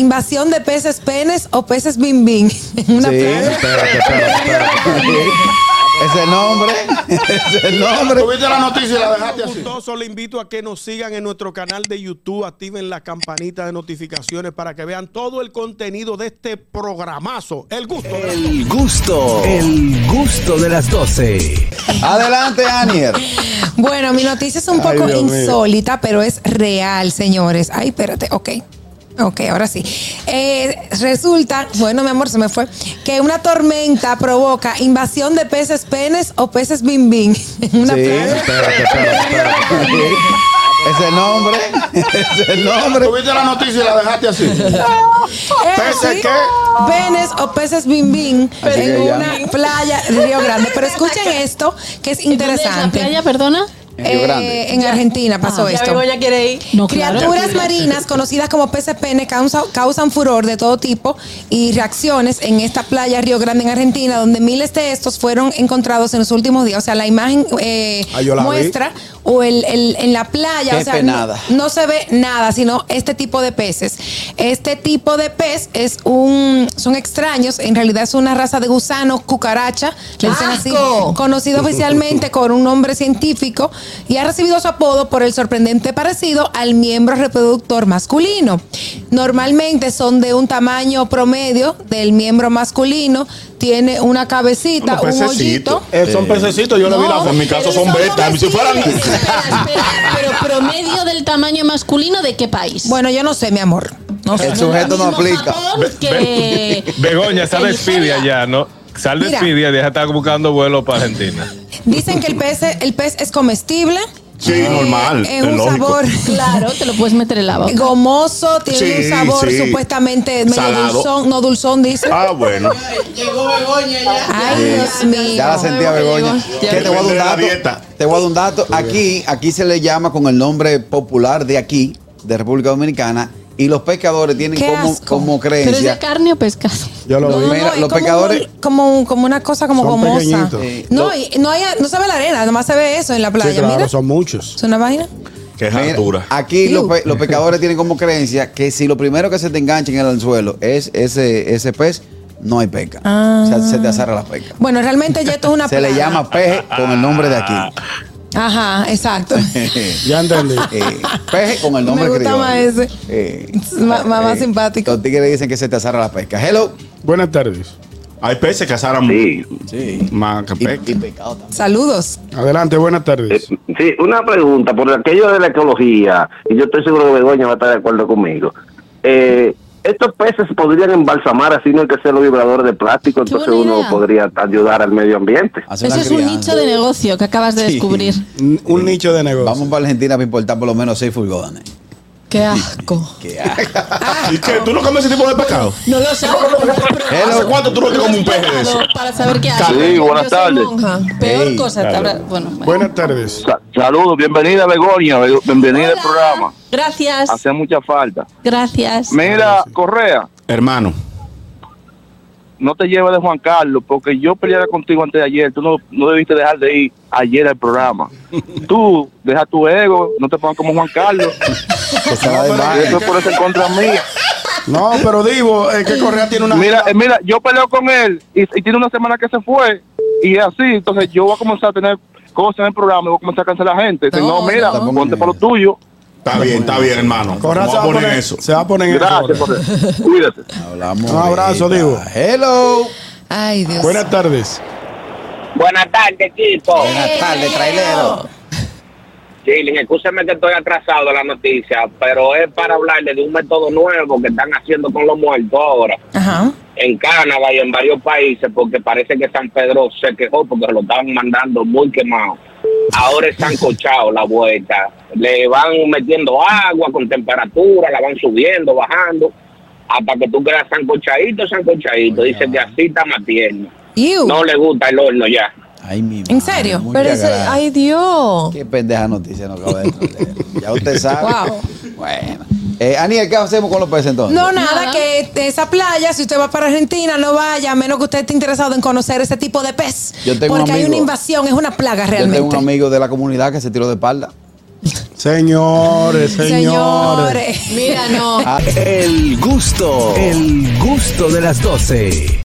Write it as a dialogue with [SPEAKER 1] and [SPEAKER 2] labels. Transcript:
[SPEAKER 1] invasión de peces penes o peces bim bim. En una
[SPEAKER 2] Sí,
[SPEAKER 1] playa.
[SPEAKER 2] espérate, espérate, espérate. Ese nombre, ese nombre.
[SPEAKER 3] Tuviste la noticia y la dejaste así.
[SPEAKER 4] Gustoso, le invito a que nos sigan en nuestro canal de YouTube, activen la campanita de notificaciones para que vean todo el contenido de este programazo. El gusto.
[SPEAKER 5] Eh,
[SPEAKER 6] El gusto, el gusto de las 12.
[SPEAKER 2] Adelante, Anier.
[SPEAKER 1] Bueno, mi noticia es un
[SPEAKER 2] Ay,
[SPEAKER 1] poco
[SPEAKER 2] Dios mío.
[SPEAKER 1] insólita, pero es real, señores. Ay, espérate, ok. Ok, ahora sí. Eh, resulta, bueno, mi amor, se me fue, que una tormenta provoca invasión de peces penes o peces bim bim. En una
[SPEAKER 2] Sí,
[SPEAKER 1] playa.
[SPEAKER 2] espérate, espérate, espérate. Ese nombre, ese nombre.
[SPEAKER 3] Tuviste la noticia y la dejaste así. ¿Peces
[SPEAKER 1] Eh, sí,
[SPEAKER 3] qué?
[SPEAKER 1] Penes o peces bim bim
[SPEAKER 2] Así
[SPEAKER 1] en
[SPEAKER 2] que ya.
[SPEAKER 1] una playa de Río Grande. Pero escuchen esto, que es interesante.
[SPEAKER 7] ¿En la playa, perdona? Ah,
[SPEAKER 2] En Río
[SPEAKER 1] Eh,
[SPEAKER 2] Grande.
[SPEAKER 1] en Argentina pasó
[SPEAKER 8] Ya
[SPEAKER 1] esto.
[SPEAKER 8] Begoña quiere ir.
[SPEAKER 7] No, claro.
[SPEAKER 1] Criaturas marinas conocidas como peces pene causa- causan furor de todo tipo y reacciones en esta playa Río Grande en Argentina, donde miles de estos fueron encontrados en los últimos días. O sea, la imagen eh,
[SPEAKER 3] Ah, yo la vi.
[SPEAKER 1] muestra o el, el- en la playa,
[SPEAKER 2] Qué
[SPEAKER 1] o sea,
[SPEAKER 2] penada.
[SPEAKER 1] No, no se ve nada, sino este tipo de peces. Este tipo de pez es un, son extraños, en realidad es una raza de gusano, cucaracha, le dicen así,
[SPEAKER 8] ¡Asco!
[SPEAKER 1] conocido oficialmente con un nombre científico y ha recibido su apodo por el sorprendente parecido al miembro reproductor masculino. Normalmente son de un tamaño promedio del miembro masculino, tiene una cabecita,
[SPEAKER 3] Unos
[SPEAKER 1] un
[SPEAKER 3] pececitos.
[SPEAKER 1] hoyito.
[SPEAKER 3] Eh, son pececitos, yo le vi la
[SPEAKER 1] No,
[SPEAKER 3] En mi caso
[SPEAKER 1] pero
[SPEAKER 3] son
[SPEAKER 1] son
[SPEAKER 3] betas. Si fueran.
[SPEAKER 1] comestibles.
[SPEAKER 7] Espera, espera, pero promedio del tamaño masculino de qué país?
[SPEAKER 1] Bueno, yo no sé, mi amor. No sé.
[SPEAKER 2] El sujeto no aplica.
[SPEAKER 7] Japón que-
[SPEAKER 5] Begoña, está
[SPEAKER 7] que
[SPEAKER 5] de
[SPEAKER 7] Nigeria.
[SPEAKER 5] Expedia ya, ¿no? Sal de
[SPEAKER 1] Mira.
[SPEAKER 5] Expedia, deja estar buscando vuelo para Argentina.
[SPEAKER 1] Dicen que el pez, el pez es comestible.
[SPEAKER 3] Sí,
[SPEAKER 1] Eh,
[SPEAKER 3] normal.
[SPEAKER 1] Es
[SPEAKER 3] es
[SPEAKER 1] un
[SPEAKER 3] lógico.
[SPEAKER 1] sabor
[SPEAKER 7] Claro, te lo puedes meter en la boca.
[SPEAKER 1] gomoso, tiene
[SPEAKER 3] Sí,
[SPEAKER 1] un sabor
[SPEAKER 3] sí.
[SPEAKER 1] supuestamente medio
[SPEAKER 3] Salado.
[SPEAKER 1] dulzón, no dulzón, dice.
[SPEAKER 3] Ah, bueno.
[SPEAKER 1] Ay, Dios mío.
[SPEAKER 2] Ya la sentía Begoña.
[SPEAKER 8] Ya
[SPEAKER 2] ¿Qué te voy a dar un
[SPEAKER 3] Depende de la
[SPEAKER 2] dato?
[SPEAKER 3] dieta.
[SPEAKER 2] Te voy a dar un dato. Aquí, aquí se le llama con el nombre popular de aquí, de República Dominicana, y los pescadores tienen
[SPEAKER 1] Qué
[SPEAKER 2] como,
[SPEAKER 1] asco.
[SPEAKER 2] como
[SPEAKER 7] ¿Pero es de
[SPEAKER 2] creencia.
[SPEAKER 7] carne o pescado?
[SPEAKER 3] Yo lo
[SPEAKER 2] Los,
[SPEAKER 3] vi.
[SPEAKER 2] mira,
[SPEAKER 1] es
[SPEAKER 2] los
[SPEAKER 1] como
[SPEAKER 2] pescadores.
[SPEAKER 1] un- como, un- como una cosa como
[SPEAKER 3] Son
[SPEAKER 1] gomosa.
[SPEAKER 3] pequeñitos.
[SPEAKER 2] Sí.
[SPEAKER 1] No, y no, hay, no se ve la arena, nomás se ve eso en la playa.
[SPEAKER 3] Sí, claro,
[SPEAKER 1] Mira,
[SPEAKER 3] son muchos.
[SPEAKER 1] es una vaina.
[SPEAKER 3] Qué
[SPEAKER 2] Mira,
[SPEAKER 3] altura.
[SPEAKER 2] aquí los,
[SPEAKER 1] Iu.
[SPEAKER 2] pe- los pescadores tienen como creencia que si lo primero que se te engancha en el anzuelo es ese, ese pez, no hay pesca. O sea, se te azara la pesca.
[SPEAKER 1] Bueno, realmente ya esto es una
[SPEAKER 2] Se le
[SPEAKER 1] playa.
[SPEAKER 2] llama peje con el nombre de aquí.
[SPEAKER 1] Ajá, exacto.
[SPEAKER 2] Eh,
[SPEAKER 3] Ya entendí.
[SPEAKER 2] peje con el nombre
[SPEAKER 1] Me gusta
[SPEAKER 2] criollo.
[SPEAKER 1] más ese.
[SPEAKER 2] Eh,
[SPEAKER 1] Es ma- ma- más simpático.
[SPEAKER 2] Los tigres dicen que se te azara la pesca. Hello.
[SPEAKER 3] Buenas tardes. Hay peces que asaran
[SPEAKER 2] Sí.
[SPEAKER 3] más que
[SPEAKER 2] Y,
[SPEAKER 3] peces.
[SPEAKER 2] y pescado también.
[SPEAKER 1] Saludos.
[SPEAKER 3] Adelante, buenas tardes.
[SPEAKER 9] Eh, Sí, una pregunta, por aquello de la ecología, y yo estoy seguro que Begoña va a estar de acuerdo conmigo. Eh, estos peces podrían embalsamar así no hay que ser los vibradores de plástico,
[SPEAKER 7] Qué
[SPEAKER 9] entonces
[SPEAKER 7] buena
[SPEAKER 9] uno
[SPEAKER 7] idea.
[SPEAKER 9] podría ayudar al medio ambiente.
[SPEAKER 2] Hace
[SPEAKER 7] Eso
[SPEAKER 2] una
[SPEAKER 7] es un
[SPEAKER 2] crianza.
[SPEAKER 7] nicho de negocio que acabas de
[SPEAKER 2] Sí.
[SPEAKER 7] descubrir.
[SPEAKER 4] Un un nicho de negocio.
[SPEAKER 2] Vamos para Argentina para importar por lo menos seis furgones.
[SPEAKER 7] Qué asco.
[SPEAKER 2] Que asco.
[SPEAKER 3] ¿Y qué? ¿Tú no comes ese tipo de pescado?
[SPEAKER 2] Ah.
[SPEAKER 7] No lo sé.
[SPEAKER 3] ¿Hace cuánto tú no te comes un peje de eso?
[SPEAKER 7] Para saber qué hace.
[SPEAKER 9] Sí, buenas
[SPEAKER 7] Yo soy
[SPEAKER 9] tardes.
[SPEAKER 7] monja. Peor
[SPEAKER 2] Ey,
[SPEAKER 7] cosa. te habrá- Bueno, bueno.
[SPEAKER 3] Buenas tardes.
[SPEAKER 9] Sa- Saludos, bienvenida Begoña, be- bienvenida al
[SPEAKER 7] Hola.
[SPEAKER 9] programa. Ah,
[SPEAKER 7] Gracias.
[SPEAKER 9] Hace mucha falta.
[SPEAKER 7] Gracias.
[SPEAKER 9] Mira, Correa,
[SPEAKER 3] Hermano.
[SPEAKER 9] no te lleves de Juan Carlos, porque yo peleara contigo antes de ayer. Tú no, no debiste dejar de ir ayer al programa. Tú, deja tu ego, no te pongas como Juan Carlos.
[SPEAKER 2] Que se va de
[SPEAKER 9] Y eso
[SPEAKER 2] imagen.
[SPEAKER 9] es por eso en contra mía.
[SPEAKER 3] No, pero digo, es que Correa tiene una.
[SPEAKER 9] Mira, eh, mira, yo peleo con él y, y tiene una semana que se fue y es así, entonces yo voy a comenzar a tener cosas en el programa y voy a comenzar a cancelar gente. Dice,
[SPEAKER 1] No,
[SPEAKER 9] no, mira,
[SPEAKER 2] no.
[SPEAKER 9] ponte para lo tuyo.
[SPEAKER 3] Está bien, está bien, hermano.
[SPEAKER 4] Correa
[SPEAKER 3] Vamos
[SPEAKER 4] se
[SPEAKER 3] a
[SPEAKER 4] va
[SPEAKER 3] poner en eso.
[SPEAKER 4] Se va a poner en
[SPEAKER 9] Gracias,
[SPEAKER 4] eso. ahora.
[SPEAKER 9] Jorge. Cuídate.
[SPEAKER 2] Hablamos
[SPEAKER 4] Un abrazo,
[SPEAKER 2] ahorita.
[SPEAKER 4] digo.
[SPEAKER 2] Hello.
[SPEAKER 1] Ay, Dios.
[SPEAKER 4] Buenas tardes.
[SPEAKER 10] Buenas tardes, equipo.
[SPEAKER 2] Buenas tardes, trailero.
[SPEAKER 10] Sí, les excúsenme que estoy atrasado de la noticia, pero es para hablarles de un método nuevo que están haciendo con los muertos ahora
[SPEAKER 1] Ajá.
[SPEAKER 10] en Canadá y en varios países, porque parece que San Pedro se quejó porque lo estaban mandando muy quemado. Ahora están cochados la vuelta. Le van metiendo agua con temperatura, la van subiendo, bajando, hasta que tú quedas sancochadito, sancochadito. Dice que así está más tierno.
[SPEAKER 1] Iu.
[SPEAKER 10] No le gusta el horno ya.
[SPEAKER 2] Ay, mi
[SPEAKER 1] ¿En serio?
[SPEAKER 2] muchas
[SPEAKER 8] Pero ese,
[SPEAKER 2] gracias.
[SPEAKER 8] ay Dios.
[SPEAKER 2] Qué pendeja noticia nos acaba de traer. Ya usted sabe.
[SPEAKER 1] Wow.
[SPEAKER 2] Bueno. Eh, Aniel, ¿qué hacemos con los peces entonces?
[SPEAKER 1] No, nada,
[SPEAKER 7] Nada.
[SPEAKER 1] que de esa playa, si usted va para Argentina, no vaya, a menos que usted esté interesado en conocer ese tipo de pez.
[SPEAKER 2] Yo tengo un
[SPEAKER 1] porque hay
[SPEAKER 2] amigo-
[SPEAKER 1] una invasión, es una plaga
[SPEAKER 2] Yo
[SPEAKER 1] realmente.
[SPEAKER 2] tengo un amigo de la comunidad que se tiró de espalda.
[SPEAKER 11] Señores, señores.
[SPEAKER 1] Señores.
[SPEAKER 2] Ah. Mira, no.
[SPEAKER 6] El gusto, el gusto de las 12.